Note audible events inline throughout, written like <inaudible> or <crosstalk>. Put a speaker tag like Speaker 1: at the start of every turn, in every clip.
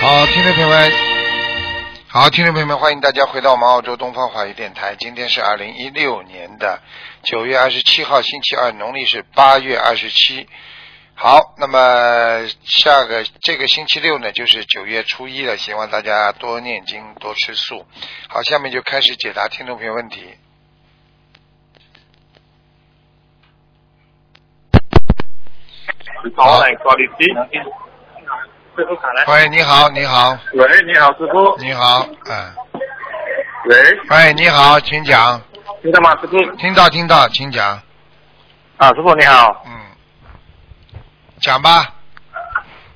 Speaker 1: 好，听众朋友们，好，听众朋友们，欢迎大家回到我们澳洲东方华语电台。今天是二零一六年的九月二十七号，星期二，农历是八月二十七。好，那么下个这个星期六呢，就是九月初一了，希望大家多念经，多吃素。好，下面就开始解答听众朋友问题。
Speaker 2: 好，来挂你机。师傅打来。
Speaker 1: 喂，你好，你好，
Speaker 2: 喂，你好，师傅。
Speaker 1: 你好，嗯，
Speaker 2: 喂，
Speaker 1: 喂，你好，请讲，
Speaker 2: 听到吗，师傅？
Speaker 1: 听到听到，请讲，
Speaker 2: 啊，师傅你好。
Speaker 1: 嗯，讲吧，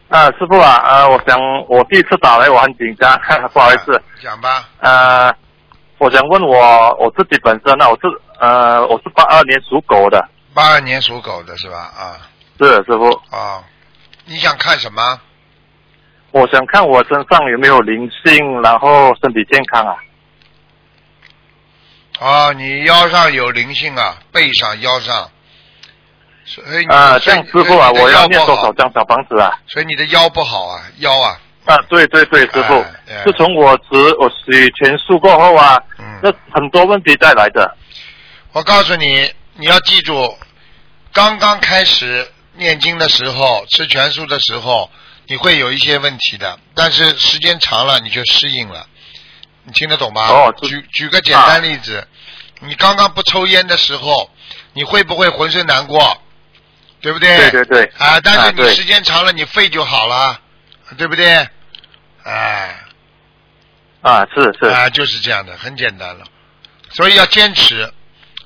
Speaker 2: 啊，师傅啊，呃，我想我第一次打来，我很紧张， <laughs> 哎不好意思。
Speaker 1: 啊讲吧，
Speaker 2: 呃，我想问我我自己本身呢，我是呃我是八二年属狗的，
Speaker 1: 八二年属狗的是吧？啊
Speaker 2: 是师傅。
Speaker 1: 哦，你想看什么？
Speaker 2: 我想看我身上有没有灵性，然后身体健康啊。
Speaker 1: 哦，你腰上有灵性啊，背上、腰上，所以你
Speaker 2: 啊，这样师傅啊，
Speaker 1: 所以你的
Speaker 2: 我要
Speaker 1: 腰
Speaker 2: 念
Speaker 1: 不
Speaker 2: 多
Speaker 1: 好
Speaker 2: 少张小房子啊？
Speaker 1: 所以你的腰不好啊，腰啊，
Speaker 2: 啊，对对对，师傅
Speaker 1: 哎哎，
Speaker 2: 自从我吃我洗全素过后啊，那
Speaker 1: 嗯，
Speaker 2: 很多问题带来的。
Speaker 1: 我告诉你，你要记住，刚刚开始念经的时候，吃全素的时候，你会有一些问题的，但是时间长了你就适应了，你听得懂吗？
Speaker 2: 哦啊这
Speaker 1: 举举个简单例子，你刚刚不抽烟的时候，你会不会浑身难过？对不对？
Speaker 2: 对对对，
Speaker 1: 啊，但是
Speaker 2: 啊
Speaker 1: 你
Speaker 2: 对
Speaker 1: 时间长了，你肺就好了，对不对？哎，
Speaker 2: 啊，是是，
Speaker 1: 啊，就是这样的，很简单了。所以要坚持，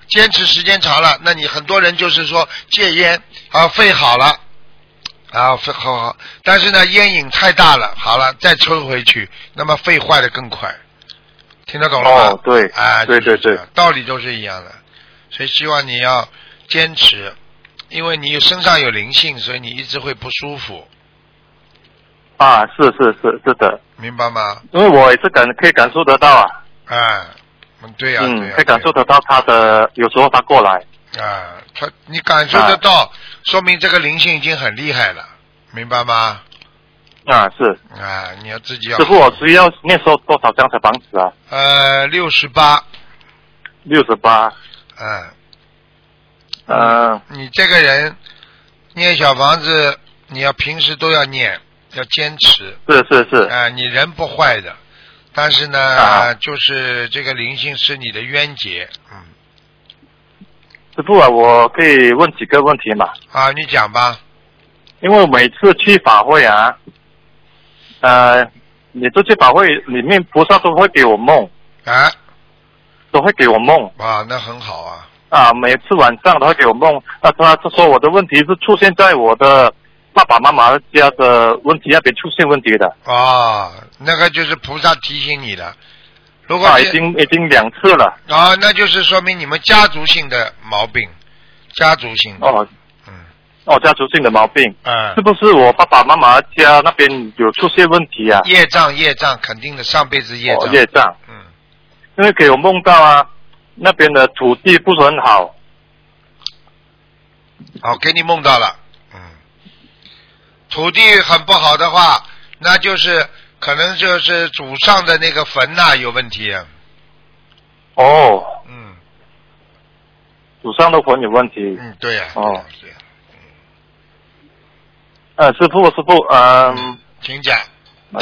Speaker 1: 坚持时间长了，那你很多人就是说戒烟啊，肺好了啊，肺好好，但是呢，烟瘾太大了，好了再抽回去，那么肺坏的更快。听得懂了吗？
Speaker 2: 哦，对，
Speaker 1: 啊，
Speaker 2: 对
Speaker 1: 就是
Speaker 2: 对
Speaker 1: 这
Speaker 2: 对
Speaker 1: 样，道理都是一样的。所以希望你要坚持，因为你身上有灵性，所以你一直会不舒服，
Speaker 2: 啊，是是是是的，
Speaker 1: 明白吗？
Speaker 2: 因为我也是感可以感受得到啊，
Speaker 1: 啊，嗯对呀、对
Speaker 2: 嗯，
Speaker 1: 呀、
Speaker 2: 可以感
Speaker 1: 对呀
Speaker 2: 受得到他的，有时候他过来，
Speaker 1: 啊，他你感受
Speaker 2: 啊
Speaker 1: 得到，说明这个灵性已经很厉害了，明白吗？
Speaker 2: 啊，是，
Speaker 1: 啊，你要自己要
Speaker 2: 师傅，我需要念收多少张小房子啊？
Speaker 1: 呃六十八，
Speaker 2: 六十八，
Speaker 1: 嗯，
Speaker 2: 嗯，
Speaker 1: 你这个人念小房子，你要平时都要念，要坚持
Speaker 2: 是是是，
Speaker 1: 啊，你人不坏的，但是呢，
Speaker 2: 啊
Speaker 1: 就是这个灵性是你的冤结，嗯，
Speaker 2: 师傅啊，我可以问几个问题嘛？
Speaker 1: 啊，你讲吧，
Speaker 2: 因为每次去法会啊，呃，每次去法会里面菩萨都会给我梦，
Speaker 1: 啊，
Speaker 2: 都会给我梦
Speaker 1: 哇，那很好啊，
Speaker 2: 啊，每次晚上都会给我梦。那他他说我的问题是出现在我的爸爸妈妈家的问题那边出现问题的
Speaker 1: 哦，那个就是菩萨提醒你的，如果
Speaker 2: 啊，
Speaker 1: 是
Speaker 2: 已经已经两次了
Speaker 1: 啊，那就是说明你们家族性的毛病，家族性的，
Speaker 2: 哦
Speaker 1: 嗯，
Speaker 2: 哦，家族性的毛病。
Speaker 1: 啊
Speaker 2: 是，不是我爸爸妈妈家那边有出现问题啊？
Speaker 1: 业障业障肯定的，上辈子业
Speaker 2: 哦
Speaker 1: 障，
Speaker 2: 业障，
Speaker 1: 嗯，
Speaker 2: 因为给我梦到啊，那边的土地不是很好
Speaker 1: 好，给你梦到了，嗯，土地很不好的话，那就是可能就是祖上的那个坟呐、有问题，啊
Speaker 2: 哦，
Speaker 1: 嗯
Speaker 2: 祖上的魂有问题。
Speaker 1: 嗯，对呀、
Speaker 2: 哦
Speaker 1: 对呀对呀
Speaker 2: 呃，师傅，师傅，嗯， <laughs>
Speaker 1: 请讲，
Speaker 2: 哦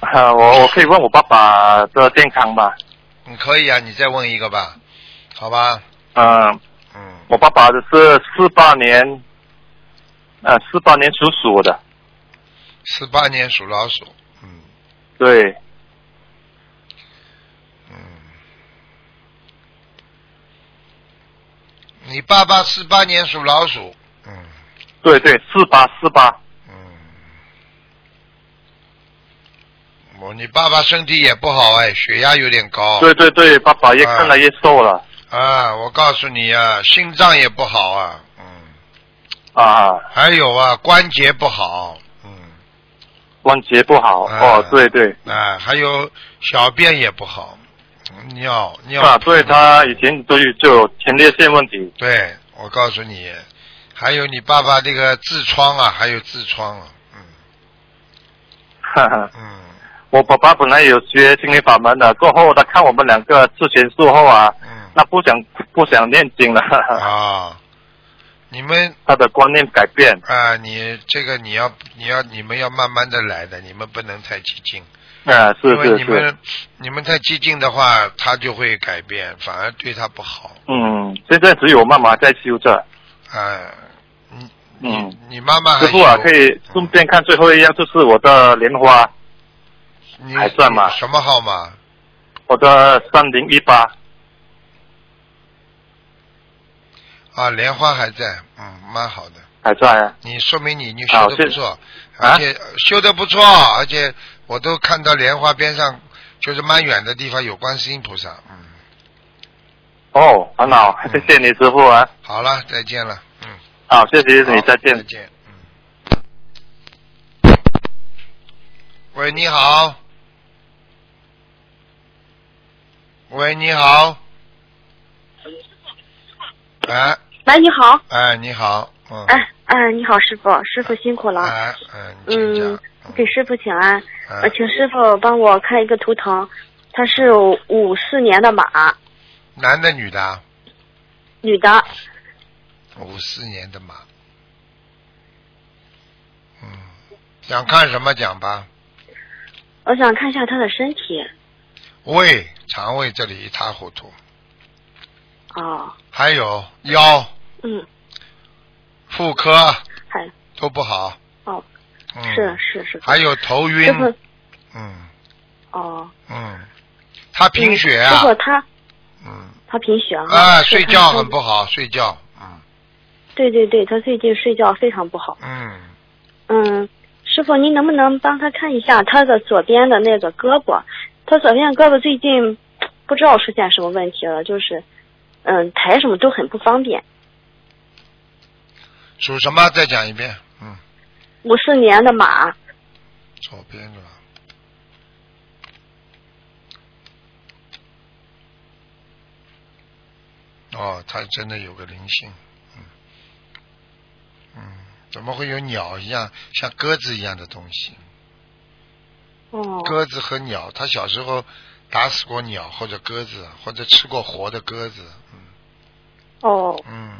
Speaker 2: 啊我我可以问我爸爸的健康吗？
Speaker 1: <laughs> 你可以啊，你再问一个吧，好吧，
Speaker 2: 嗯，
Speaker 1: 嗯，
Speaker 2: 我爸爸是四八年，呃，四八年属鼠的，
Speaker 1: 四八年属老鼠，嗯
Speaker 2: 对，
Speaker 1: 嗯，你爸爸四八年属老鼠，嗯
Speaker 2: 对对，四八四八，
Speaker 1: 嗯，我你爸爸身体也不好哎，血压有点高。
Speaker 2: 对对对，爸爸越
Speaker 1: 啊
Speaker 2: 看来越瘦了
Speaker 1: 啊，我告诉你啊，心脏也不好啊，嗯，
Speaker 2: 啊，
Speaker 1: 还有啊，关节不好，嗯，
Speaker 2: 关节不好，
Speaker 1: 啊
Speaker 2: 哦，对对，
Speaker 1: 啊，还有小便也不好，尿尿。
Speaker 2: 啊，对他以前都有就有前列腺问题， <laughs>
Speaker 1: 对，我告诉你，还有你爸爸这个痔疮啊，还有痔疮啊，嗯，
Speaker 2: 哈哈。
Speaker 1: 嗯，
Speaker 2: 我爸爸本来有学心灵法门的，过后他看我们两个吃前术后啊，
Speaker 1: 嗯
Speaker 2: 那不想不想念经了， <laughs> 哈哈
Speaker 1: 啊，你们
Speaker 2: 他的观念改变。
Speaker 1: 啊、你这个你要你要你们要慢慢的来的，你们不能太激进，
Speaker 2: 啊，是
Speaker 1: 因为
Speaker 2: 是
Speaker 1: 你
Speaker 2: 是，
Speaker 1: 们你们太激进的话，他就会改变，反而对他不好。
Speaker 2: 嗯，现在只有妈妈在修着。
Speaker 1: 啊、你你
Speaker 2: 嗯
Speaker 1: 你妈妈还
Speaker 2: 师傅啊，
Speaker 1: 有
Speaker 2: 可以顺便看最后一样，就是我的莲花，
Speaker 1: 你
Speaker 2: 还算吧
Speaker 1: 什么号码？
Speaker 2: 我的三零一八。
Speaker 1: 啊，莲花还在，嗯，蛮好的。
Speaker 2: 还在啊，
Speaker 1: 你说明你你
Speaker 2: 好
Speaker 1: 修的
Speaker 2: 谢
Speaker 1: 不错，
Speaker 2: 啊
Speaker 1: 而且呃修的不错，而且我都看到莲花边上，就是蛮远的地方有观世音菩萨。嗯，
Speaker 2: 哦，很好，
Speaker 1: 嗯
Speaker 2: 谢谢你师傅啊，
Speaker 1: 好了，再见了。嗯，
Speaker 2: 好，谢谢你，
Speaker 1: 好
Speaker 2: 再见
Speaker 1: 再。见。嗯。喂，你好。喂，你好。哎
Speaker 3: 喂，你好，
Speaker 1: 哎，你好，嗯，
Speaker 3: 哎哎，你好，师傅，师傅辛苦了，
Speaker 1: 哎嗯，你请
Speaker 3: 嗯
Speaker 1: 讲，
Speaker 3: 给师傅请安，
Speaker 1: 嗯
Speaker 3: 呃，请师傅帮我看一个图腾，它是五四年的马，
Speaker 1: 男的女的啊？
Speaker 3: 女的，
Speaker 1: 五四年的马，嗯，想看什么讲吧？
Speaker 3: 我想看一下她的身体，
Speaker 1: 胃、肠胃这里一塌糊涂，
Speaker 3: 哦，
Speaker 1: 还有腰、
Speaker 3: 嗯，
Speaker 1: 妇科
Speaker 3: 还
Speaker 1: 都不好。
Speaker 3: 哦，
Speaker 1: 嗯，
Speaker 3: 是是啊是，
Speaker 1: 还有头
Speaker 3: 师
Speaker 1: 晕，
Speaker 3: 傅，
Speaker 1: 嗯
Speaker 3: 哦，
Speaker 1: 嗯，他贫血啊
Speaker 3: 嗯师，傅他
Speaker 1: 嗯
Speaker 3: 他贫血啊，
Speaker 1: 啊，
Speaker 3: 是
Speaker 1: 睡
Speaker 3: 他
Speaker 1: 觉
Speaker 3: 说
Speaker 1: 很不好，睡觉，嗯
Speaker 3: 对对对，他最近睡觉非常不好，
Speaker 1: 嗯，
Speaker 3: 嗯，师傅您能不能帮他看一下他的左边的那个胳膊？他左边胳膊最近不知道出现什么问题了，就是嗯抬什么都很不方便。
Speaker 1: 属什么？再讲一遍，嗯，
Speaker 3: 五四年的马，
Speaker 1: 左边啊的吧。哦，它真的有个灵性，嗯，嗯，怎么会有鸟一样，像鸽子一样的东西？
Speaker 3: 哦
Speaker 1: 鸽子和鸟，他小时候打死过鸟或者鸽子，或者吃过活的鸽子，
Speaker 3: 哦
Speaker 1: 嗯，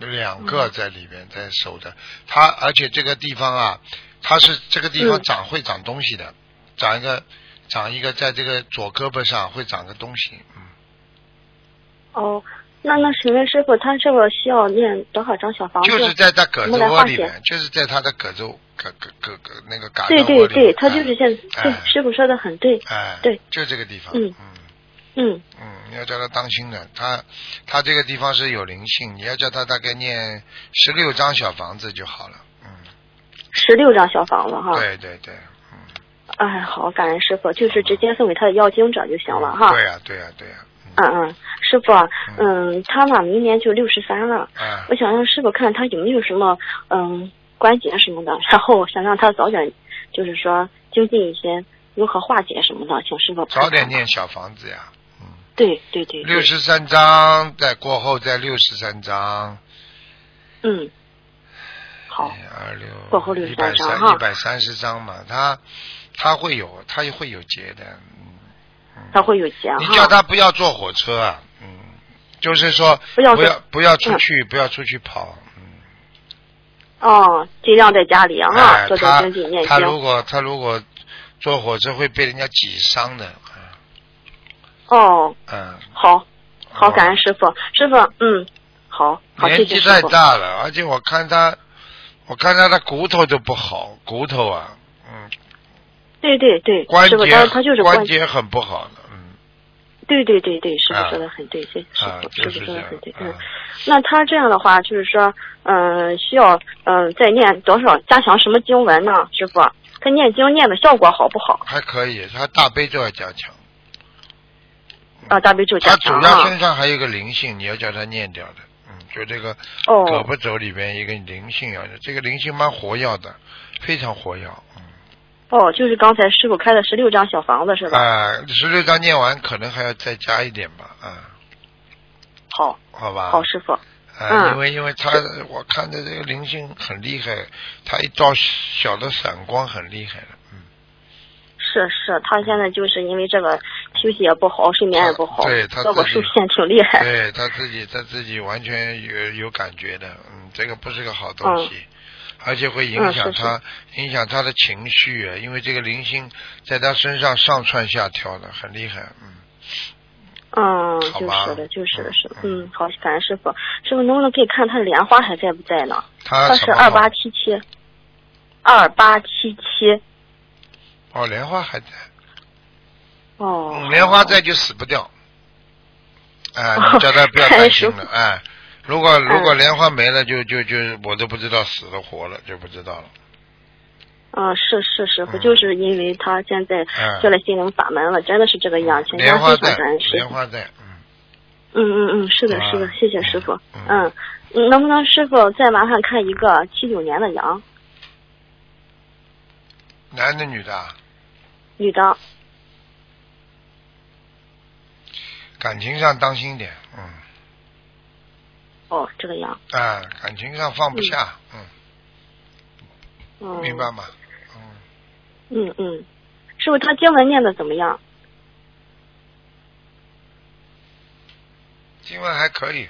Speaker 1: 有两个在里边在守着，它而且这个地方啊，它是这个地方
Speaker 3: 嗯
Speaker 1: 长会长东西的，长一个长一个在这个左胳膊上会长个东西，嗯，
Speaker 3: 哦，那那请问师傅，他这个需要念多少张小房子？
Speaker 1: 就是在它胳肢
Speaker 3: 我们来
Speaker 1: 窝
Speaker 3: 化
Speaker 1: 里
Speaker 3: 解
Speaker 1: 面，就是在它的胳肢胳胳胳胳那个胳肢
Speaker 3: 对
Speaker 1: 窝
Speaker 3: 对
Speaker 1: 里面，
Speaker 3: 对，他就是现
Speaker 1: 哎
Speaker 3: 对师傅说的很对，
Speaker 1: 哎，哎
Speaker 3: 对，
Speaker 1: 就这个地方，
Speaker 3: 嗯
Speaker 1: 嗯
Speaker 3: 嗯
Speaker 1: 嗯，你要叫他当心的，他他这个地方是有灵性，你要叫他大概念十六张小房子就好了，嗯，
Speaker 3: 十六张小房子哈。
Speaker 1: 对对对，嗯。
Speaker 3: 哎，好，感恩师傅，就是直接送给他的要经者就行了哈。
Speaker 1: 对呀、对呀、对呀、
Speaker 3: 嗯嗯，师傅，嗯，他嘛明年就六十三了，
Speaker 1: 嗯，啊
Speaker 3: 我想让师傅看他有没有什么嗯关节什么的，然后想让他早点就是说精进一些如何化解什么的，请师傅帮
Speaker 1: 早点
Speaker 3: 忙。
Speaker 1: 念小房子呀。
Speaker 3: 对对对，对
Speaker 1: 六十三章，再过后再六十三章，
Speaker 3: 嗯，好，
Speaker 1: 二六
Speaker 3: 哦过后
Speaker 1: 一
Speaker 3: 63
Speaker 1: 百
Speaker 3: 章
Speaker 1: 三
Speaker 3: 哈
Speaker 1: 一百三十章嘛，他他会有，他也会有结的。嗯
Speaker 3: 他会有结
Speaker 1: 你叫
Speaker 3: 哈。
Speaker 1: 他不要坐火车啊，嗯，就是说
Speaker 3: 不要
Speaker 1: 不
Speaker 3: 坐
Speaker 1: 要不要出去，不要出去跑。嗯，
Speaker 3: 哦，尽量在家里啊，
Speaker 1: 哎
Speaker 3: 多点
Speaker 1: 他
Speaker 3: 精进念
Speaker 1: 他如
Speaker 3: 经。
Speaker 1: 果他如果坐火车会被人家挤伤的，
Speaker 3: 哦，
Speaker 1: 嗯，
Speaker 3: 好，好，
Speaker 1: 哦
Speaker 3: 感恩师傅，师傅，嗯，好，好，
Speaker 1: 年
Speaker 3: 谢谢
Speaker 1: 纪
Speaker 3: 师
Speaker 1: 太
Speaker 3: 傅。
Speaker 1: 大了，而且我看他，我看他的骨头都不好，骨头啊，嗯，
Speaker 3: 对对对，
Speaker 1: 关
Speaker 3: 师傅，
Speaker 1: 节
Speaker 3: 他他就是
Speaker 1: 关
Speaker 3: 节。
Speaker 1: 节很不好的，嗯，
Speaker 3: 对对对对，师
Speaker 1: 啊
Speaker 3: 傅说的很对，对，师
Speaker 1: 啊，
Speaker 3: 傅，
Speaker 1: 就
Speaker 3: 师
Speaker 1: 是
Speaker 3: 傅
Speaker 1: 这
Speaker 3: 说的
Speaker 1: 样
Speaker 3: 很对，，嗯
Speaker 1: 啊。
Speaker 3: 那他这样的话，就是说，嗯、需要嗯、呃再念多少加强什么经文呢？师傅，他念经念的效果好不好？
Speaker 1: 还可以，他大悲咒要加强，
Speaker 3: 啊，大悲咒
Speaker 1: 嗯
Speaker 3: 加
Speaker 1: 他主
Speaker 3: 强
Speaker 1: 要
Speaker 3: 啊。
Speaker 1: 身上还有一个灵性，你要叫他念掉的，嗯，就这个胳
Speaker 3: 哦
Speaker 1: 膊肘里边一个灵性要，这个灵性蛮活跃的，非常活跃，嗯，
Speaker 3: 哦，就是刚才师傅开的十六张小房子是吧？
Speaker 1: 啊，十六章念完可能还要再加一点吧，啊，
Speaker 3: 好，
Speaker 1: 好吧，
Speaker 3: 好师傅，
Speaker 1: 啊，
Speaker 3: 嗯
Speaker 1: 因为因为他我看的这个灵性很厉害，他一道小的闪光很厉害了，嗯，
Speaker 3: 是是，他现在就是因为这个休息也不好，睡眠也不
Speaker 1: 他
Speaker 3: 好，
Speaker 1: 啊对他
Speaker 3: 做过
Speaker 1: 自己
Speaker 3: 受限挺厉害。
Speaker 1: 对他自己他自己完全有有感觉的，嗯，这个不是个好东西，而且会影响
Speaker 3: 嗯是
Speaker 1: 他、影响他的情绪啊，因为这个灵性在他身上上蹿下跳的很厉害，嗯。
Speaker 3: 嗯，
Speaker 1: 好
Speaker 3: 就
Speaker 1: 吧
Speaker 3: 是的，就是的，是的
Speaker 1: 嗯
Speaker 3: 嗯，好，感恩师傅。师傅能不能给看他莲花还在不在呢？
Speaker 1: 他
Speaker 3: 他
Speaker 1: 什
Speaker 3: 是
Speaker 1: 么
Speaker 3: 二
Speaker 1: 花
Speaker 3: 八七七，二八七七。
Speaker 1: 哦，莲花还在，
Speaker 3: 哦
Speaker 1: 嗯，莲花在就死不掉。哎，
Speaker 3: 哦
Speaker 1: 你叫他不要担
Speaker 3: <laughs>
Speaker 1: 心了，哎，如
Speaker 3: 嗯
Speaker 1: 果如果莲花没了，就就就我都不知道死了活了，就不知道了。
Speaker 3: 嗯，是是师傅，
Speaker 1: 嗯
Speaker 3: 就是因为他现在
Speaker 1: 嗯
Speaker 3: 学了心灵法门了，真的是这个样，全家
Speaker 1: 莲花
Speaker 3: 非常
Speaker 1: 在
Speaker 3: 感恩，师
Speaker 1: 莲
Speaker 3: 傅。
Speaker 1: 花在，嗯，
Speaker 3: 嗯嗯嗯，是的，
Speaker 1: 好吧
Speaker 3: 是的，谢谢师傅。
Speaker 1: 嗯
Speaker 3: 嗯，嗯能不能师傅再麻烦看一个七九年的羊
Speaker 1: 男的女的啊，
Speaker 3: 女的？
Speaker 1: 感情上当心点，嗯，
Speaker 3: 哦，这个羊。
Speaker 1: 啊，感情上放不下，嗯，
Speaker 3: 嗯，
Speaker 1: 明白吗？嗯，
Speaker 3: 嗯嗯，师傅，他经文念的怎么样？
Speaker 1: 今晚还可以。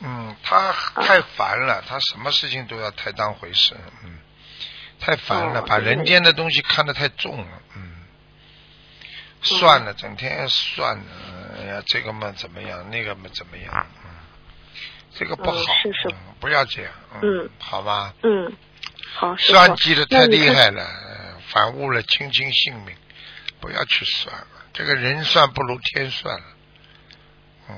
Speaker 1: 嗯，他太烦
Speaker 3: 啊
Speaker 1: 了，他什么事情都要太当回事，嗯，太烦了，
Speaker 3: 哦
Speaker 1: 把
Speaker 3: 就是
Speaker 1: 人间的东西看得太重了，嗯，算了，整天算了，哎呀，这个嘛怎么样，那个嘛怎么样，嗯，这个不好，
Speaker 3: 啊嗯是是
Speaker 1: 嗯不要这样，
Speaker 3: 嗯，
Speaker 1: 好吧，
Speaker 3: 嗯，好，师
Speaker 1: 算
Speaker 3: 傅。
Speaker 1: 计的
Speaker 3: 那
Speaker 1: 太
Speaker 3: 你
Speaker 1: 厉
Speaker 3: 看
Speaker 1: 害了，呃反误了亲情性命，不要去算了，这个人算不如天算了，嗯。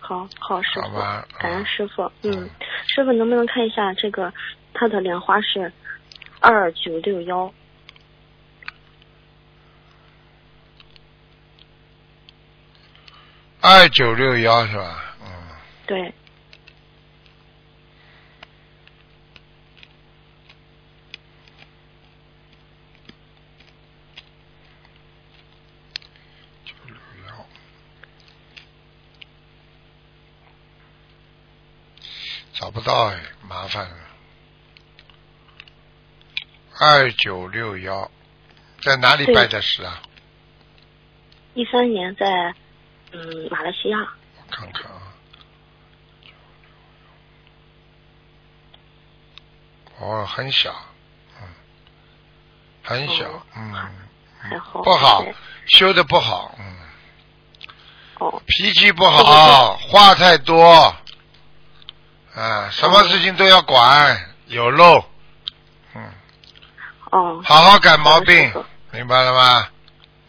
Speaker 3: 好好，师
Speaker 1: 好
Speaker 3: 傅
Speaker 1: 吧，
Speaker 3: 感
Speaker 1: 嗯
Speaker 3: 恩师傅。
Speaker 1: 嗯
Speaker 3: 嗯，师傅能不能看一下这个他的莲花是二九六幺？
Speaker 1: 二九六幺是吧？嗯，
Speaker 3: 对，
Speaker 1: 661找不到哎，麻烦了。二九六幺，在哪里
Speaker 3: 对
Speaker 1: 拜的师啊？
Speaker 3: 一三年在嗯马来西亚。
Speaker 1: 我看看啊。哦，很小，嗯，很小
Speaker 3: 哦，
Speaker 1: 嗯，
Speaker 3: 还好
Speaker 1: 不好
Speaker 3: 对，
Speaker 1: 修的不好，嗯，
Speaker 3: 哦，
Speaker 1: 脾气不好，话太多，啊，什么事情都要管，有漏，嗯，
Speaker 3: 哦，
Speaker 1: 好好改毛病
Speaker 3: 好的师傅，
Speaker 1: 明白了吗？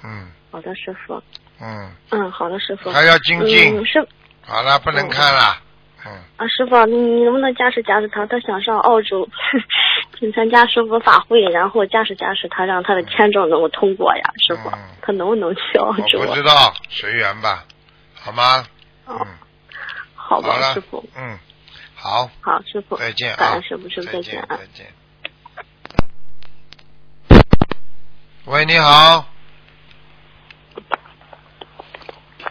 Speaker 1: 嗯
Speaker 3: 好的，师傅。
Speaker 1: 嗯，
Speaker 3: 嗯，好的，师傅。
Speaker 1: 还要精进
Speaker 3: 嗯，，师
Speaker 1: 好了，不能看了，嗯，
Speaker 3: 啊，师傅，你你能不能加持加持他？他想上澳洲， <laughs> 请参加师傅法会，然后加持加持他，让他的签证能够通过呀，师傅
Speaker 1: 嗯。
Speaker 3: 他能不能去澳洲
Speaker 1: 我不
Speaker 3: 啊？
Speaker 1: 知道，随缘吧，好吗？
Speaker 3: 哦
Speaker 1: 嗯，
Speaker 3: 好
Speaker 1: 好
Speaker 3: 吧，
Speaker 1: 了
Speaker 3: 师傅。，
Speaker 1: 嗯，好，
Speaker 3: 好，师傅。
Speaker 1: 再见
Speaker 3: 感
Speaker 1: 啊
Speaker 3: 恩，师傅，师傅
Speaker 1: 再
Speaker 3: 再
Speaker 1: 见
Speaker 3: 见，
Speaker 1: 再
Speaker 3: 啊。
Speaker 1: 见。嗯喂，你好。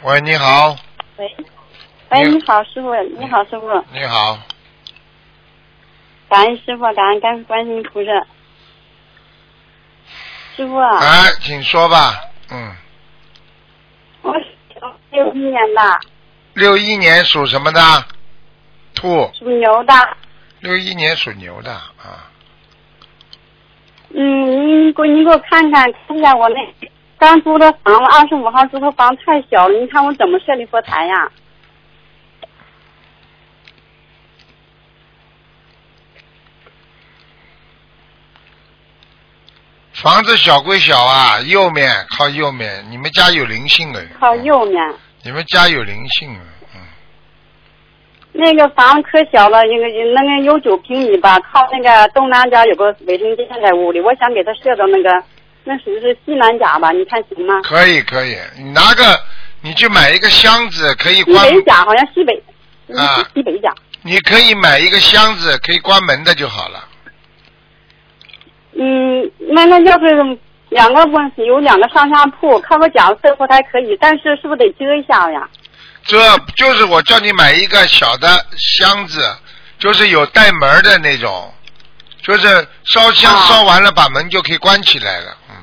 Speaker 1: 喂，你好。
Speaker 4: 喂，喂，
Speaker 1: 你
Speaker 4: 你好，师傅，你好，师傅，
Speaker 1: 你好，
Speaker 4: 感恩师傅，感恩感恩观世音菩萨。师傅，啊
Speaker 1: 哎，请说吧。嗯，
Speaker 4: 我六一年的
Speaker 1: 六一年属什么的？兔。
Speaker 4: 属牛的，
Speaker 1: 六一年属牛的啊。
Speaker 4: 嗯，您给我您给我看看，看一下我那刚租的房子，二十五号租的房太小了，您看我怎么设立佛台呀？
Speaker 1: 房子小归小啊，右面靠右面，你们家有灵性的。嗯
Speaker 4: 靠。右面，
Speaker 1: 你们家有灵性的，嗯，
Speaker 4: 那个房可小了，那个那个有九平米吧，靠那个东南角有个卫生间在屋里，我想给他设到那个，那属于是西南角吧，你看行吗？
Speaker 1: 可以可以，你拿个，你去买一个箱子，可以
Speaker 4: 西
Speaker 1: 关，
Speaker 4: 北角好像西北，嗯
Speaker 1: 啊
Speaker 4: 西北角。
Speaker 1: 你可以买一个箱子，可以关门的就好了。
Speaker 4: 嗯，那那要是两个问题，有两个上下铺，靠个角设佛台可以，但是是不是得遮一下呀？
Speaker 1: 这就是我叫你买一个小的箱子，就是有带门儿的那种，就是烧香
Speaker 4: 啊
Speaker 1: 烧完了，把门就可以关起来了。嗯，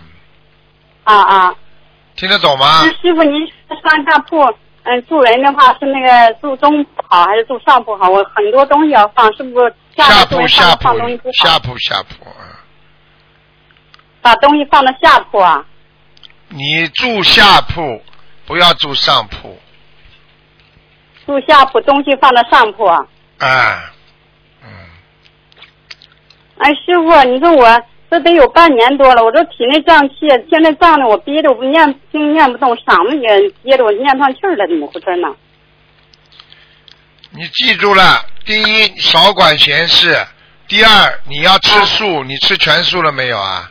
Speaker 4: 啊啊，
Speaker 1: 听得懂吗
Speaker 4: 那？师傅您上下铺，嗯，住人的话是那个住中铺好还是住上铺好？我很多东西要放，是不是
Speaker 1: 下
Speaker 4: 铺
Speaker 1: 铺
Speaker 4: 放
Speaker 1: 下
Speaker 4: 放东西
Speaker 1: 铺
Speaker 4: 不
Speaker 1: 下
Speaker 4: 好？
Speaker 1: 铺下铺啊！
Speaker 4: 把东西放到下铺啊？
Speaker 1: 你住下铺，不要住上铺
Speaker 4: 住下铺，东西放到上铺啊？
Speaker 1: 啊。嗯，
Speaker 4: 哎，师傅，你说我这得有半年多了，我这体内胀气，现在胀的我憋的我不念经念不动，嗓子也憋得我念不上气儿了，怎么回事呢？
Speaker 1: 你记住了，第一少管闲事，第二你要吃素，你吃全素了没有啊？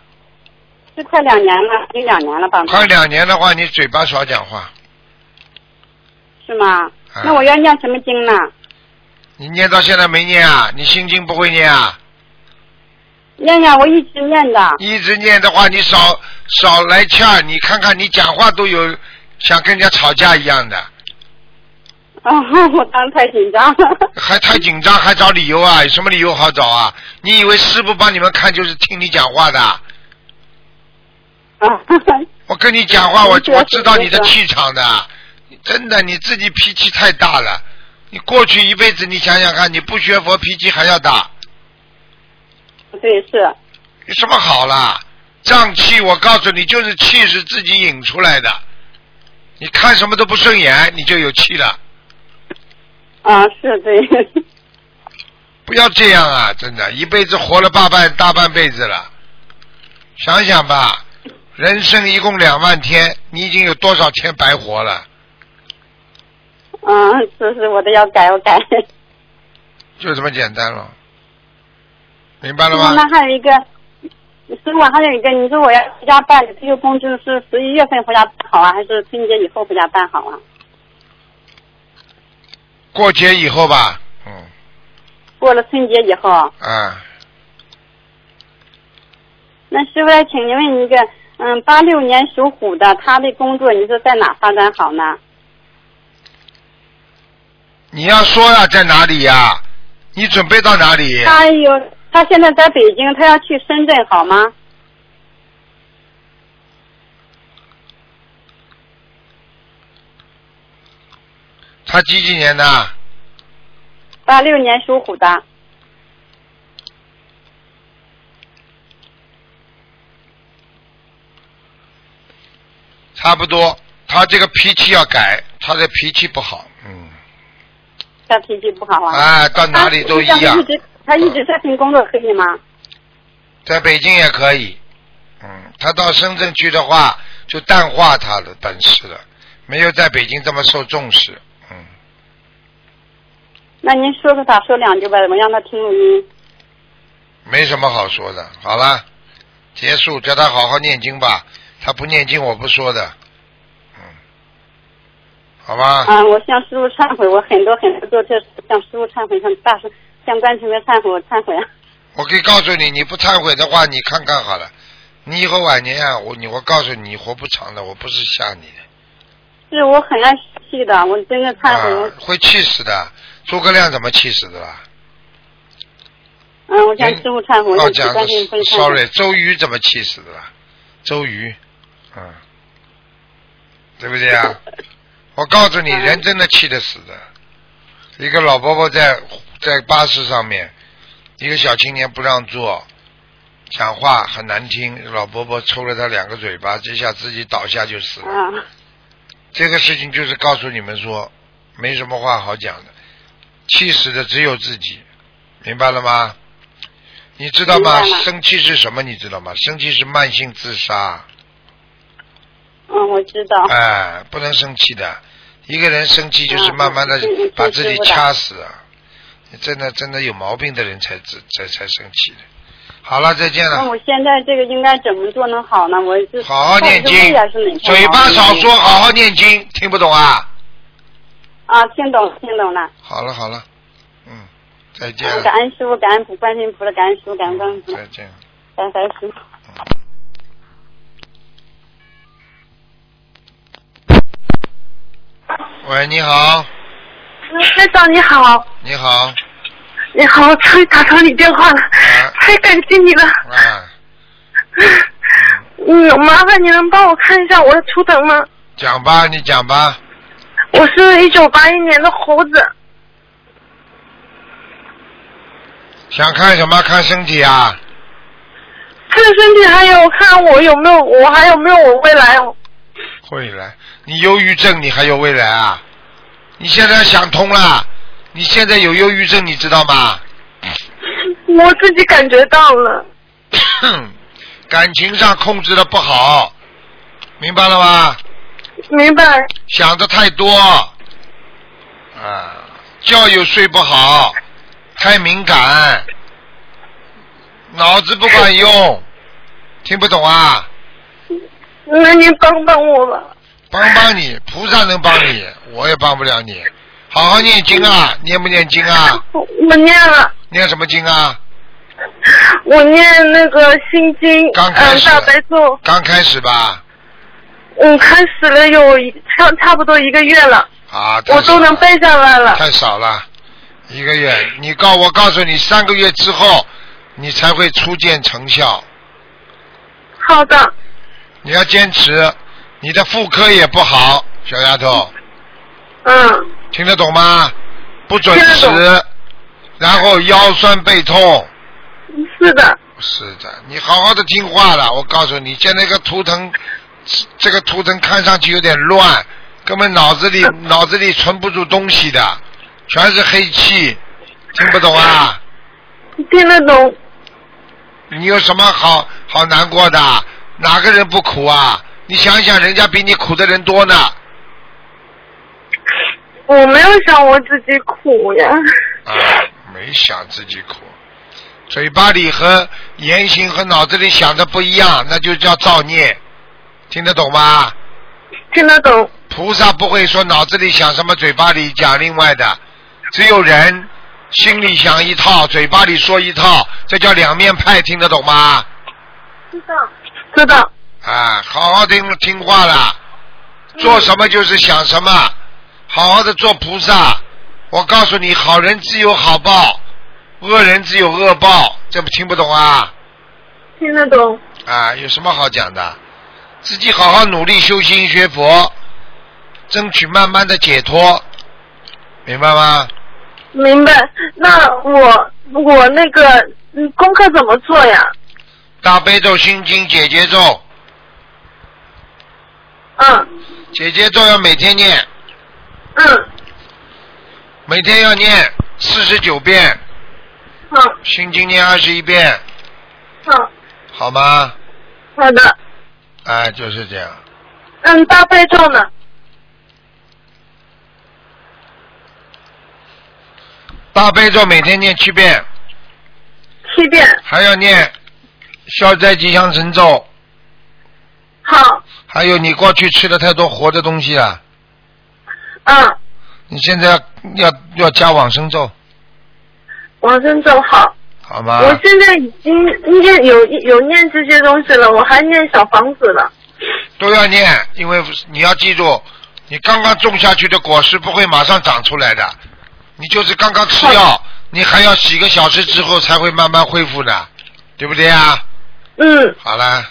Speaker 4: 这快两年了，有两年了吧？
Speaker 1: 快两年的话，你嘴巴少讲话，
Speaker 4: 是吗？
Speaker 1: 啊
Speaker 4: 那我要念什么经呢？
Speaker 1: 你念到现在没念啊？你心经不会念啊？
Speaker 4: 念呀，我一直念的。啊
Speaker 1: 一直念的话，你少少来气儿，你看看你讲话都有想跟人家吵架一样的，
Speaker 4: 啊、 <laughs> 我当时太紧张了。
Speaker 1: 还太紧张，还找理由啊？有什么理由好找啊？你以为师傅帮你们看就是听你讲话的？
Speaker 4: 啊， <laughs>
Speaker 1: 我跟你讲话，我
Speaker 4: 是的
Speaker 1: 我知道你的
Speaker 4: 是的
Speaker 1: 气场的，你真的你自己脾气太大了。你过去一辈子，你想想看，你不学佛脾气还要大，
Speaker 4: 对，是。
Speaker 1: 有什么好啦？胀气，我告诉你，就是气是自己引出来的。你看什么都不顺眼，你就有气了。
Speaker 4: 啊，是对。 <laughs>
Speaker 1: 不要这样啊！真的，一辈子活了大半大半辈子了，想想吧，人生一共两万天，你已经有多少天白活了？
Speaker 4: 嗯，是是，我都要改，我改。
Speaker 1: 就这么简单了，明白了吗？
Speaker 4: 嗯那还有一个，师傅还有一个，你说我要回家办退休工资是十一月份回家办好啊，还是春节以后回家办好啊？
Speaker 1: 过节以后吧，嗯
Speaker 4: 过了春节以后，
Speaker 1: 啊，
Speaker 4: 那师傅来请您问一个，嗯，八六年属虎的，他的工作你说在哪发展好呢？
Speaker 1: 你要说呀、在哪里呀、你准备到哪里？
Speaker 4: 他有，他现在在北京，他要去深圳好吗？
Speaker 1: 他几几年的？
Speaker 4: 八六年属虎的，
Speaker 1: 差不多，他这个脾气要改，他的脾气不好，嗯，
Speaker 4: 他脾气不好啊。
Speaker 1: 啊，到哪里都一
Speaker 4: 他
Speaker 1: 样
Speaker 4: 一，直他一直在拼工作，可以吗？
Speaker 1: 在北京也可以，嗯，他到深圳去的话，就淡化他的本事了，没有在北京这么受重视，嗯，
Speaker 4: 那您说说他，说两句吧，我让他听录音。
Speaker 1: 没什么好说的，好了，结束，叫他好好念经吧，他不念经我不说的，嗯，好吧，
Speaker 4: 啊，我向师傅忏悔，我很多很多做错事，向师傅忏悔，向大师、向观世音忏悔，我忏悔啊。
Speaker 1: 我可以告诉你，你不忏悔的话，你看看好了，你以后晚年啊，我你我告诉你，你活不长的，我不是吓你的。
Speaker 4: 是我很爱气的，我真的忏悔。我
Speaker 1: 啊，会气死的。诸葛亮怎么气死的啦？
Speaker 4: 嗯，我向师傅忏悔，我
Speaker 1: 哦，
Speaker 4: 向
Speaker 1: 讲
Speaker 4: 观世音菩萨忏悔。
Speaker 1: sorry，周瑜怎么气死的啦？周瑜，嗯，对不对
Speaker 4: <laughs>
Speaker 1: 啊？我告诉你，
Speaker 4: 嗯
Speaker 1: 人真的气得死的。一个老伯伯在在巴士上面，一个小青年不让座，讲话很难听，老伯伯抽了他两个嘴巴，这下自己倒下就死了。
Speaker 4: 啊，
Speaker 1: 这个事情就是告诉你们说，没什么话好讲的，气死的只有自己，明白了吗？你知道吗
Speaker 4: 明白？了
Speaker 1: 生气是什么？你知道吗？生气是慢性自杀，
Speaker 4: 嗯，我知道。
Speaker 1: 哎、不能生气的。一个人生气就是
Speaker 4: 嗯
Speaker 1: 慢慢的
Speaker 4: 嗯嗯嗯
Speaker 1: 把
Speaker 4: 听
Speaker 1: 自己
Speaker 4: 师傅的
Speaker 1: 掐死啊！你真的真的有毛病的人才自才才生气的。好了，再见
Speaker 4: 那
Speaker 1: 了，
Speaker 4: 我现在这个应该怎么做能好呢？我哦是
Speaker 1: 好好念经
Speaker 4: 到底是胃啊是嗯哪，块
Speaker 1: 嘴巴
Speaker 4: 毛
Speaker 1: 少
Speaker 4: 病
Speaker 1: 说，好好念经，听不懂啊？
Speaker 4: 啊，听懂听懂了。
Speaker 1: 好了好了，嗯，再见
Speaker 4: 嗯
Speaker 1: 了，
Speaker 4: 感恩师傅，感恩普观世音菩萨，感恩师傅，感恩观世音菩萨
Speaker 1: 再，见。
Speaker 4: 感恩师傅。
Speaker 1: 喂，你好，
Speaker 5: 嗯台长你好，
Speaker 1: 你好，
Speaker 5: 你好，我终于打通你电话了，太感激你了。
Speaker 1: 啊，
Speaker 5: 嗯，麻烦你能帮我看一下我的图腾吗？
Speaker 1: 讲吧，你讲吧，
Speaker 5: 我是一九八一年的猴子，
Speaker 1: 想看什么？看身体啊？
Speaker 5: 看身体还有看我有没有我还有没有我未来哦。
Speaker 1: 未来，你忧郁症，你还有未来啊？你现在想通了，你现在有忧郁症，你知道吗？
Speaker 5: 我自己感觉到了，
Speaker 1: 感情上控制的不好，明白了吗？
Speaker 5: 明白。
Speaker 1: 想的太多，啊，觉又睡不好，太敏感，脑子不管用，听不懂啊？
Speaker 5: 那您帮帮我吧。
Speaker 1: 帮帮你，菩萨能帮你，我也帮不了你。好好念经啊，念不念经啊？
Speaker 5: 我我念了，
Speaker 1: 念什么经啊？
Speaker 5: 我念那个心经，
Speaker 1: 刚
Speaker 5: 嗯、
Speaker 1: 开始
Speaker 5: 大悲咒，
Speaker 1: 刚开始吧，
Speaker 5: 嗯，开始了有一差差不多一个月了，
Speaker 1: 啊，太
Speaker 5: 我
Speaker 1: 少
Speaker 5: 都能
Speaker 1: 了
Speaker 5: 背下来了。
Speaker 1: 太少了，一个月。你告我告诉你，三个月之后你才会初见成效。
Speaker 5: 好的，
Speaker 1: 你要坚持，你的妇科也不好，小丫头，
Speaker 5: 嗯，
Speaker 1: 听得懂吗？不准
Speaker 5: 听得
Speaker 1: 时，然后腰酸背痛。
Speaker 5: 是的，
Speaker 1: 是的，你好好的听话了。我告诉你，现在这个图腾，这个图腾看上去有点乱，根本脑
Speaker 5: <laughs>
Speaker 1: 子里脑子里存不住东西的，全是黑气，听不懂啊？
Speaker 5: 听得懂。
Speaker 1: 你有什么好好难过的？哪个人不苦啊？你想想，人家比你苦的人多呢。
Speaker 5: 我没有想我自己苦呀，
Speaker 1: 啊，没想自己苦，嘴巴里和言行和脑子里想的不一样，那就叫造孽，听得懂吗？
Speaker 5: <laughs> 听得懂。
Speaker 1: 菩萨不会说脑子里想什么，嘴巴里讲另外的，只有人心里想一套，嘴巴里说一套，这叫两面派，听得懂吗？
Speaker 5: 知道。知道。
Speaker 1: 啊，好好听听话啦，做什么就是想什么，好好的做菩萨。我告诉你，好人自有好报，恶人自有恶报，这不听不懂啊？
Speaker 5: 听得懂，
Speaker 1: 啊，有什么好讲的？自己好好努力修心学佛，争取慢慢的解脱，明白吗？
Speaker 5: 明白。那我我那个嗯功课怎么做呀？
Speaker 1: 大悲咒、心经、解结咒，
Speaker 5: 嗯
Speaker 1: 解结咒要每天念，
Speaker 5: 嗯
Speaker 1: 每天要念四十九遍，
Speaker 5: 嗯
Speaker 1: 心经念二十一遍，
Speaker 5: 嗯，
Speaker 1: 好吗？
Speaker 5: 好的。
Speaker 1: 哎，就是这样。
Speaker 5: 嗯，大悲咒呢？
Speaker 1: 大悲咒每天念七遍，
Speaker 5: 七遍。
Speaker 1: 还要念消灾吉祥神咒，
Speaker 5: 好，
Speaker 1: 还有你过去吃了太多活的东西了，
Speaker 5: 嗯，
Speaker 1: 你现在要要要加往生咒，
Speaker 5: 往生咒好。
Speaker 1: 好吗？
Speaker 5: 我现在已经念有有念这些东西了，我还念小房子了。
Speaker 1: 都要念，因为你要记住，你刚刚种下去的果实不会马上长出来的，你就是刚刚吃药，你还要几个小时之后才会慢慢恢复的，对不对啊？
Speaker 5: 嗯
Speaker 1: 好了，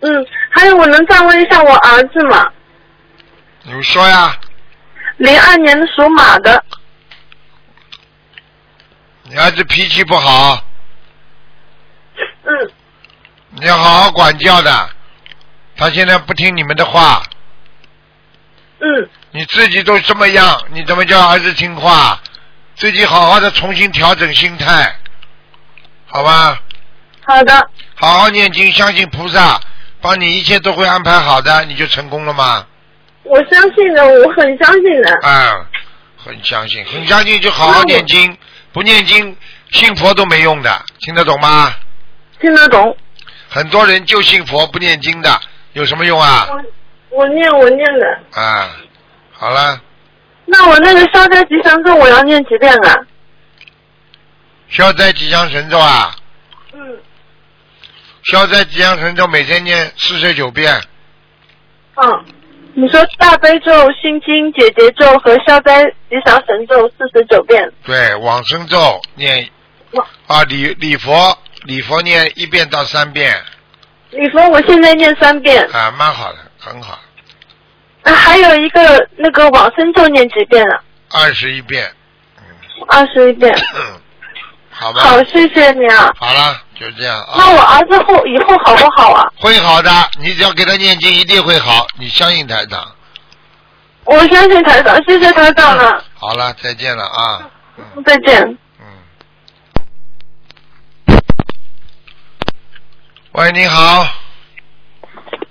Speaker 5: 嗯，还有我能再问一下我儿子吗？
Speaker 1: 你说呀，
Speaker 5: 零二年的属马的，
Speaker 1: 你儿子脾气不好，
Speaker 5: 嗯，
Speaker 1: 你要好好管教的，他现在不听你们的话。
Speaker 5: 嗯，
Speaker 1: 你自己都这么样，你怎么叫儿子听话？自己好好的重新调整心态，好吧？
Speaker 5: 好的，
Speaker 1: 好好念经，相信菩萨，帮你一切都会安排好的，你就成功了吗？
Speaker 5: 我相信的，我很相信的。
Speaker 1: 啊、很相信，很相信就好好念经，不念经信佛都没用的，听得懂吗？
Speaker 5: 听得懂。
Speaker 1: 很多人就信佛不念经的，有什么用啊？
Speaker 5: 我我念我念的。
Speaker 1: 啊，好了，
Speaker 5: 那我那个消灾吉祥咒我要念几遍啊？
Speaker 1: 消灾吉祥神咒啊，
Speaker 5: 嗯，
Speaker 1: 消灾吉祥神咒每天念四十九遍，
Speaker 5: 嗯，你说大悲咒、心经、解结咒和消灾吉祥神咒四十九遍，
Speaker 1: 对，往生咒念
Speaker 5: 哇
Speaker 1: 啊，礼礼佛礼佛念一遍到三遍
Speaker 5: 你说我现在念三遍，
Speaker 1: 啊，蛮好的，很好，
Speaker 5: 啊、还有一个那个往生咒念几遍啊？
Speaker 1: 二十一遍，
Speaker 5: 二十一遍。
Speaker 1: 嗯，好吧，
Speaker 5: 好，谢谢你啊。
Speaker 1: 好了，就这样
Speaker 5: 那
Speaker 1: 啊，
Speaker 5: 我儿子后以后好不好啊？
Speaker 1: 会好的，你只要给他念经，一定会好，你相信台长。
Speaker 5: 我相信台长，谢谢台长了，
Speaker 1: 好了，再见了啊，嗯
Speaker 5: 再见。
Speaker 1: 嗯。喂，你好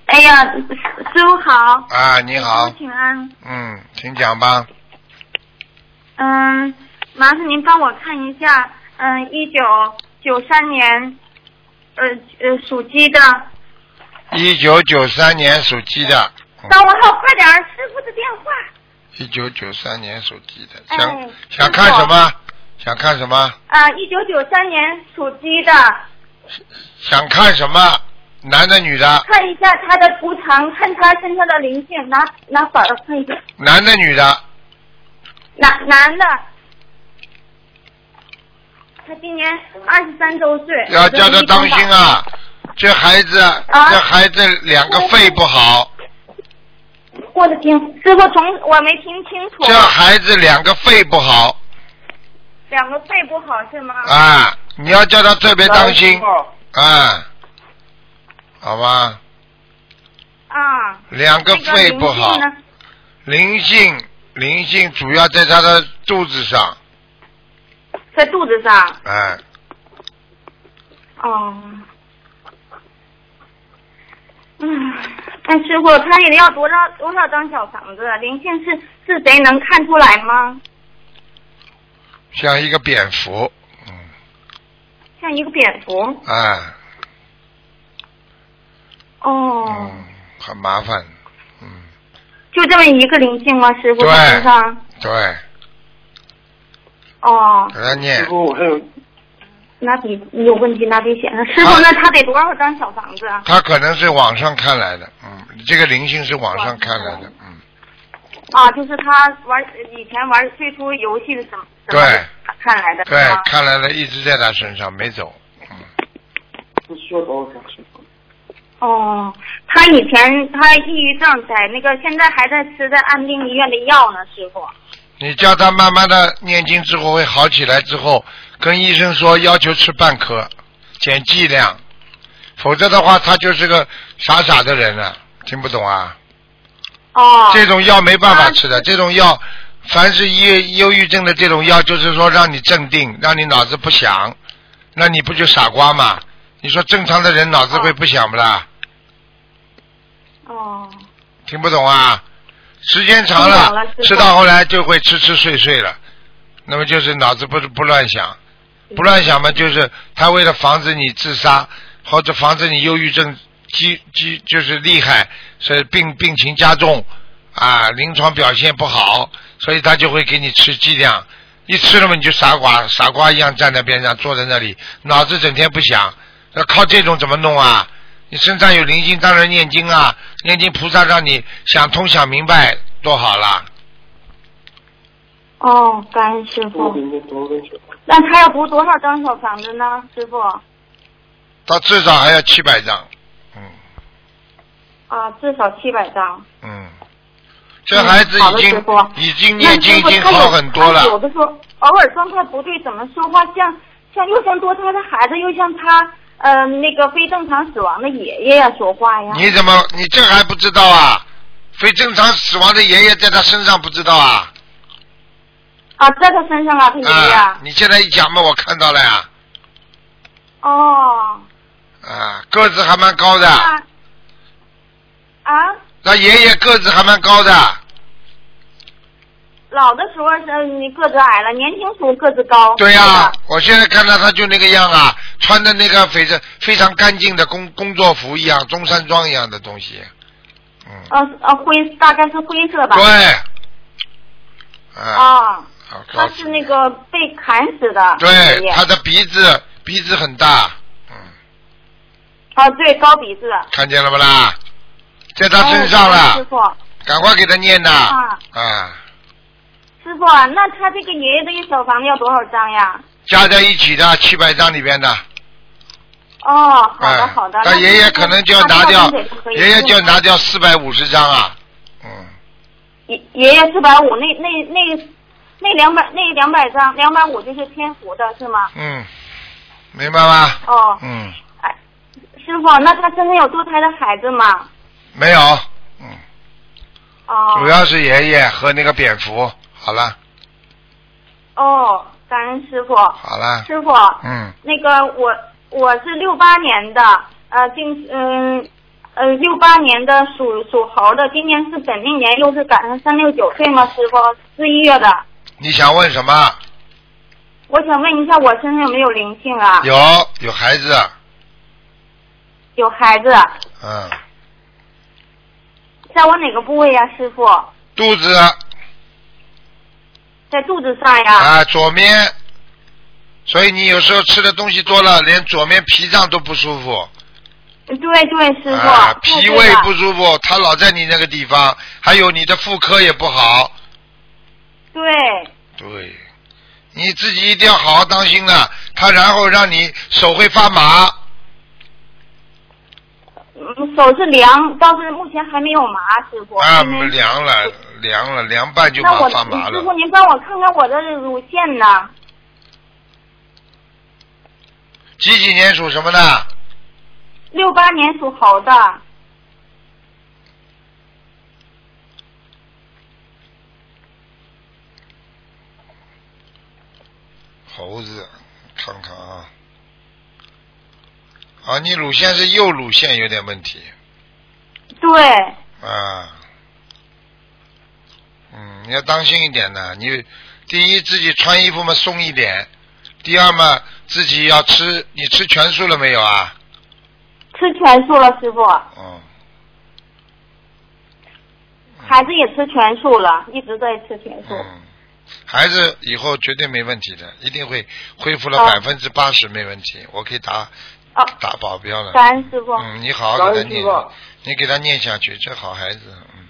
Speaker 6: 哎呀，师傅好，
Speaker 1: 啊，你好
Speaker 6: 师傅，请安。
Speaker 1: 嗯，请讲吧。
Speaker 6: 嗯，麻烦您帮我看一下，嗯，一九九三年，呃呃，属鸡的。
Speaker 1: 一九九三年属鸡的，
Speaker 6: 等我好，快点儿，师傅的电话。
Speaker 1: 一九九三年属鸡的，
Speaker 6: 哎
Speaker 1: 想、
Speaker 6: 师傅
Speaker 1: 想看什么？想看什么？
Speaker 6: 啊，一九九三年属鸡的，
Speaker 1: 想看什么？男的女的？
Speaker 6: 看一下他的图腾，看他身上的灵性，拿拿反了看一下，
Speaker 1: 男的女的？
Speaker 6: 男男的。他今年二十三周岁，
Speaker 1: 要叫他当心啊！这孩子，
Speaker 6: 啊
Speaker 1: 这孩子两个肺不好，
Speaker 6: 我的天，师傅从我没听清楚，
Speaker 1: 这孩子两个肺不好
Speaker 6: 两个肺不好是吗？
Speaker 1: 啊！你要叫他特别当心啊，好吧？
Speaker 6: 啊，
Speaker 1: 两个
Speaker 6: 那个
Speaker 1: 肺不好
Speaker 6: 灵性，呢
Speaker 1: 灵性灵性主要在他的肚子上，
Speaker 6: 在肚子上。
Speaker 1: 啊，
Speaker 6: 哦。嗯，但师傅，他也要多少多少张小房子？灵性是是谁能看出来吗？
Speaker 1: 像一个蝙蝠，嗯，
Speaker 6: 像一个蝙蝠。
Speaker 1: 啊，
Speaker 6: 哦，
Speaker 1: 嗯，很麻烦，嗯，
Speaker 6: 就这么一个灵性吗？师傅
Speaker 1: 对
Speaker 6: 他身上？
Speaker 1: 对，
Speaker 6: 哦，
Speaker 1: 给他念，
Speaker 6: 那比有问题，那得显示师傅
Speaker 1: 啊，
Speaker 6: 那他得多少张小房子？啊？
Speaker 1: 他可能是网上看来的，嗯，这个灵性是网上看来的，嗯，
Speaker 6: 啊，就是他玩以前玩最初游戏的什么？什么
Speaker 1: 对
Speaker 6: 看来的。啊
Speaker 1: 对
Speaker 6: 是吧，
Speaker 1: 看来了一直在他身上没走，嗯，
Speaker 6: 哦，他以前他抑郁症在那个，现在还在吃在安定医院的药呢，师傅。
Speaker 1: 你叫他慢慢的念经之后会好起来，之后跟医生说要求吃半颗，减剂量，否则的话他就是个傻傻的人了、听不懂啊？
Speaker 6: 哦，
Speaker 1: 这种药没办法吃的，这种药，凡是忧忧郁症的这种药，就是说让你镇定，让你脑子不想，那你不就傻瓜吗？你说正常的人脑子会不想不啦？
Speaker 6: 哦，
Speaker 1: 听不懂啊？时间长了
Speaker 6: 听懂了，
Speaker 1: 吃
Speaker 6: 知道
Speaker 1: 到后来就会吃吃睡睡了，那么就是脑子不不乱想，不乱想嘛，就是他为了防止你自杀或者防止你忧郁症积积就是厉害，所以病病情加重啊，临床表现不好，所以他就会给你吃剂量，一吃了嘛你就傻瓜傻瓜一样站在边上坐在那里，脑子整天不想，那靠这种怎么弄啊？你身上有灵性，当然念经啊，念经菩萨让你想通想明白，多好啦！
Speaker 6: 哦，感恩师傅。那他要读多少张小房子呢，师傅？
Speaker 1: 他至少还要七百张，嗯
Speaker 6: 啊，至少七百张。
Speaker 1: 嗯，这孩子
Speaker 6: 嗯好
Speaker 1: 已
Speaker 6: 的
Speaker 1: 经、
Speaker 6: 师傅
Speaker 1: 已经
Speaker 6: 那
Speaker 1: 念经嗯已
Speaker 6: 师傅
Speaker 1: 经
Speaker 6: 他有
Speaker 1: 好很多
Speaker 6: 他有
Speaker 1: 了，
Speaker 6: 的时候偶尔状态不对，怎么说话像像又像多胎的孩子，又像他嗯、呃那个非正常死亡的爷爷呀说话呀。
Speaker 1: 你怎么你这还不知道啊？非正常死亡的爷爷在他身上不知道啊？
Speaker 6: 啊，在他身上啊，他爷爷。
Speaker 1: 啊，你现在一讲嘛，我看到了呀，哎
Speaker 6: 哦。
Speaker 1: 啊，个子还蛮高的，
Speaker 6: 啊啊，
Speaker 1: 那爷爷个子还蛮高的，
Speaker 6: 老的时候是嗯你个子矮了，年轻时候个子高。
Speaker 1: 对呀、
Speaker 6: 是吧
Speaker 1: 我现在看到他就那个样啊，穿的那个非常非常干净的工工作服一样，中山装一样的东西，嗯，
Speaker 6: 呃呃，灰大概是灰色吧。
Speaker 1: 对，啊，
Speaker 6: 啊，
Speaker 1: 好高
Speaker 6: 他
Speaker 1: 兴
Speaker 6: 是那个被砍死的。爷
Speaker 1: 对
Speaker 6: 爷
Speaker 1: 他的鼻子鼻子很大，嗯，
Speaker 6: 啊，对，高鼻子。
Speaker 1: 看见了不啦？在他身上
Speaker 6: 哎
Speaker 1: 了
Speaker 6: 师，傅，
Speaker 1: 赶快给他念呐！
Speaker 6: 啊
Speaker 1: 啊，
Speaker 6: 师傅啊，那他这个爷爷这个小房子要多少张呀？
Speaker 1: 加在一起的七百张里边的，
Speaker 6: 哦，好
Speaker 1: 哎
Speaker 6: 的好的。，
Speaker 1: 他
Speaker 6: 那
Speaker 1: 爷爷可能就要拿掉，爷爷就要。
Speaker 6: 那这个小房子也不可以
Speaker 1: 拿掉四百五十张啊，嗯，
Speaker 6: 爷爷爷四百五，那那那那两百那两百张两百五就是天福的是吗？
Speaker 1: 嗯，明白吗？
Speaker 6: 哦，
Speaker 1: 嗯，
Speaker 6: 哎，师傅，那他身上有堕胎的孩子吗？
Speaker 1: 没有，嗯，
Speaker 6: 哦
Speaker 1: 主要是爷爷和那个蝙蝠。好了，
Speaker 6: 哦，感恩师傅，
Speaker 1: 好了，
Speaker 6: 师傅，
Speaker 1: 嗯，
Speaker 6: 那个我我是六八年的，呃，今嗯呃六八年的属属猴的，今年是本命年，又是赶上三六九对吗？师傅，四一月的，
Speaker 1: 你想问什么？
Speaker 6: 啊我想问一下，我身上有没有灵性啊？
Speaker 1: 有有孩子，
Speaker 6: 有孩子，
Speaker 1: 嗯，
Speaker 6: 在我哪个部位呀、师傅？
Speaker 1: 肚子
Speaker 6: 啊在肚子上呀？
Speaker 1: 啊左面，所以你有时候吃的东西多了，连左面脾脏都不舒服，
Speaker 6: 对对，师傅，
Speaker 1: 啊
Speaker 6: 对
Speaker 1: 脾
Speaker 6: 对
Speaker 1: 胃
Speaker 6: 的
Speaker 1: 不舒服，它老在你那个地方，还有你的妇科也不好，
Speaker 6: 对。
Speaker 1: 对，你自己一定要好好当心了，它然后让你手会发麻，
Speaker 6: 嗯，手是凉，倒是目前还没有麻，师傅。
Speaker 1: 啊
Speaker 6: 因为
Speaker 1: 凉了凉了凉拌就
Speaker 6: 那
Speaker 1: 麻
Speaker 6: 我
Speaker 1: 发麻
Speaker 6: 师傅，
Speaker 1: 了，
Speaker 6: 您帮我看看我的乳腺呢？
Speaker 1: 几几年属什么的？
Speaker 6: 六八年属猴的，
Speaker 1: 猴子，看看啊，啊，你乳腺是右乳腺有点问题
Speaker 6: 对，
Speaker 1: 啊，嗯，你要当心一点呢。你第一自己穿衣服嘛松一点，第二嘛自己要吃，你吃全素了没有啊？
Speaker 6: 吃全素了，师傅，
Speaker 1: 嗯，
Speaker 6: 孩子也吃全素了，一直在吃全素。
Speaker 1: 嗯，孩子以后绝对没问题的，一定会恢复了
Speaker 6: 哦
Speaker 1: 百分之八十没问题，我可以打
Speaker 6: 哦，
Speaker 1: 打保镖了。
Speaker 6: 感恩师傅。
Speaker 1: 嗯，你好好给他念，你给他念下去，这好孩子，嗯，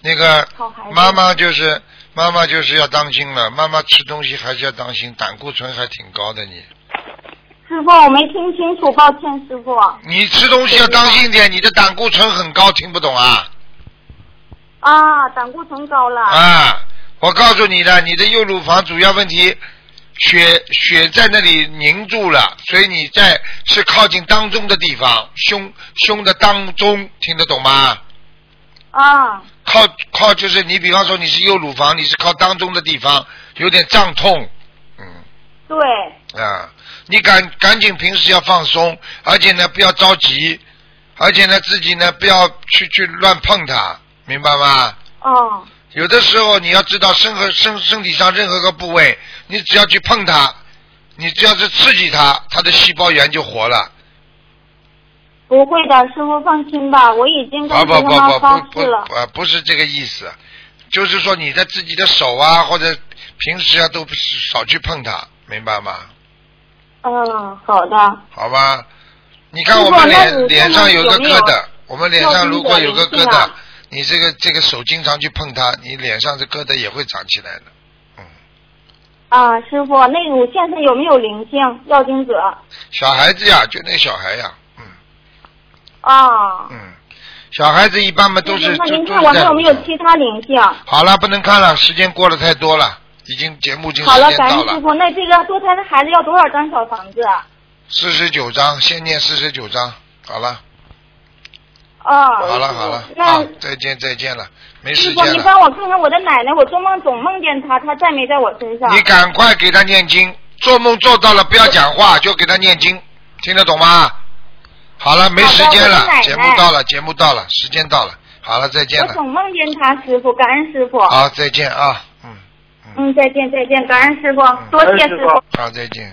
Speaker 1: 那个
Speaker 6: 好孩子
Speaker 1: 妈妈就是妈妈就是要当心了，妈妈吃东西还是要当心，胆固醇还挺高的你，
Speaker 6: 师傅，我没听清楚，抱歉，师傅。
Speaker 1: 你吃东西要当心一点，你的胆固醇很高，听不懂啊？
Speaker 6: 啊，胆固醇高了。
Speaker 1: 啊，我告诉你的，你的右乳房主要问题。血血在那里凝住了，所以你在是靠近当中的地方，胸胸的当中，听得懂吗？
Speaker 6: 啊
Speaker 1: 靠靠就是你，比方说你是右乳房，你是靠当中的地方有点胀痛，嗯
Speaker 6: 对，
Speaker 1: 啊，你赶赶紧平时要放松，而且呢不要着急，而且呢自己呢不要去去乱碰它，明白吗？
Speaker 6: 哦，
Speaker 1: 有的时候你要知道身和身身体上任何个部位，你只要去碰它，你只要是刺激它，它的细胞源就活了。
Speaker 6: 不会的，师傅放心吧，我已经
Speaker 1: 不
Speaker 6: 跟
Speaker 1: 不
Speaker 6: 他
Speaker 1: 不
Speaker 6: 妈
Speaker 1: 不
Speaker 6: 发
Speaker 1: 不
Speaker 6: 誓
Speaker 1: 不
Speaker 6: 了。
Speaker 1: 啊，不是这个意思，就是说你在自己的手啊或者平时啊都不是少去碰它，明白吗？
Speaker 6: 嗯，好的。
Speaker 1: 好吧，你看
Speaker 6: 师
Speaker 1: 我
Speaker 6: 傅
Speaker 1: 们
Speaker 6: 那你
Speaker 1: 脸脸
Speaker 6: 看
Speaker 1: 上
Speaker 6: 看
Speaker 1: 有
Speaker 6: 有
Speaker 1: 个
Speaker 6: 没
Speaker 1: 疙
Speaker 6: 有
Speaker 1: 瘩，我们脸
Speaker 6: 肉
Speaker 1: 上
Speaker 6: 毒
Speaker 1: 如
Speaker 6: 的
Speaker 1: 果有个
Speaker 6: 灵
Speaker 1: 疙
Speaker 6: 性
Speaker 1: 瘩
Speaker 6: 啊，
Speaker 1: 你这个这个手经常去碰它，你脸上的疙瘩也会长起来的。
Speaker 6: 啊，师傅，那乳腺上有没有灵性？要经者。
Speaker 1: 小孩子呀，就那小孩呀，嗯
Speaker 6: 啊。
Speaker 1: 嗯，小孩子一般嘛都
Speaker 6: 师
Speaker 1: 是
Speaker 6: 傅那
Speaker 1: 都
Speaker 6: 您
Speaker 1: 都
Speaker 6: 看
Speaker 1: 是
Speaker 6: 我
Speaker 1: 在
Speaker 6: 们有没有
Speaker 1: 路上
Speaker 6: 其他灵性？
Speaker 1: 好了，不能看了，时间过得太多了，已经节目已经
Speaker 6: 好
Speaker 1: 时
Speaker 6: 了，
Speaker 1: 间
Speaker 6: 感
Speaker 1: 到
Speaker 6: 恩
Speaker 1: 了
Speaker 6: 师。傅。那这个堕胎的孩子要多少张小房子？啊
Speaker 1: 四十九章，先念四十九章，好了，
Speaker 6: 啊，
Speaker 1: 好了，好了，
Speaker 6: 那
Speaker 1: 好，再见，再见了，没时
Speaker 6: 师傅，
Speaker 1: 间
Speaker 6: 你
Speaker 1: 了。
Speaker 6: 帮我看看我的奶奶，我做梦总梦见她，她在没在我身上？
Speaker 1: 你赶快给他念经，做梦做到了不要讲话，就给他念经，听得懂吗？好了，没时间
Speaker 6: 好的
Speaker 1: 了，
Speaker 6: 我是
Speaker 1: 节
Speaker 6: 奶
Speaker 1: 目
Speaker 6: 奶
Speaker 1: 到了，节目到了，时间到了，好了，再见
Speaker 6: 我
Speaker 1: 了，
Speaker 6: 总梦见她，师傅，感恩师傅。
Speaker 1: 好，再见啊，嗯嗯，
Speaker 6: 嗯，再见再见，感恩师傅，多谢师傅。
Speaker 1: 好，再见。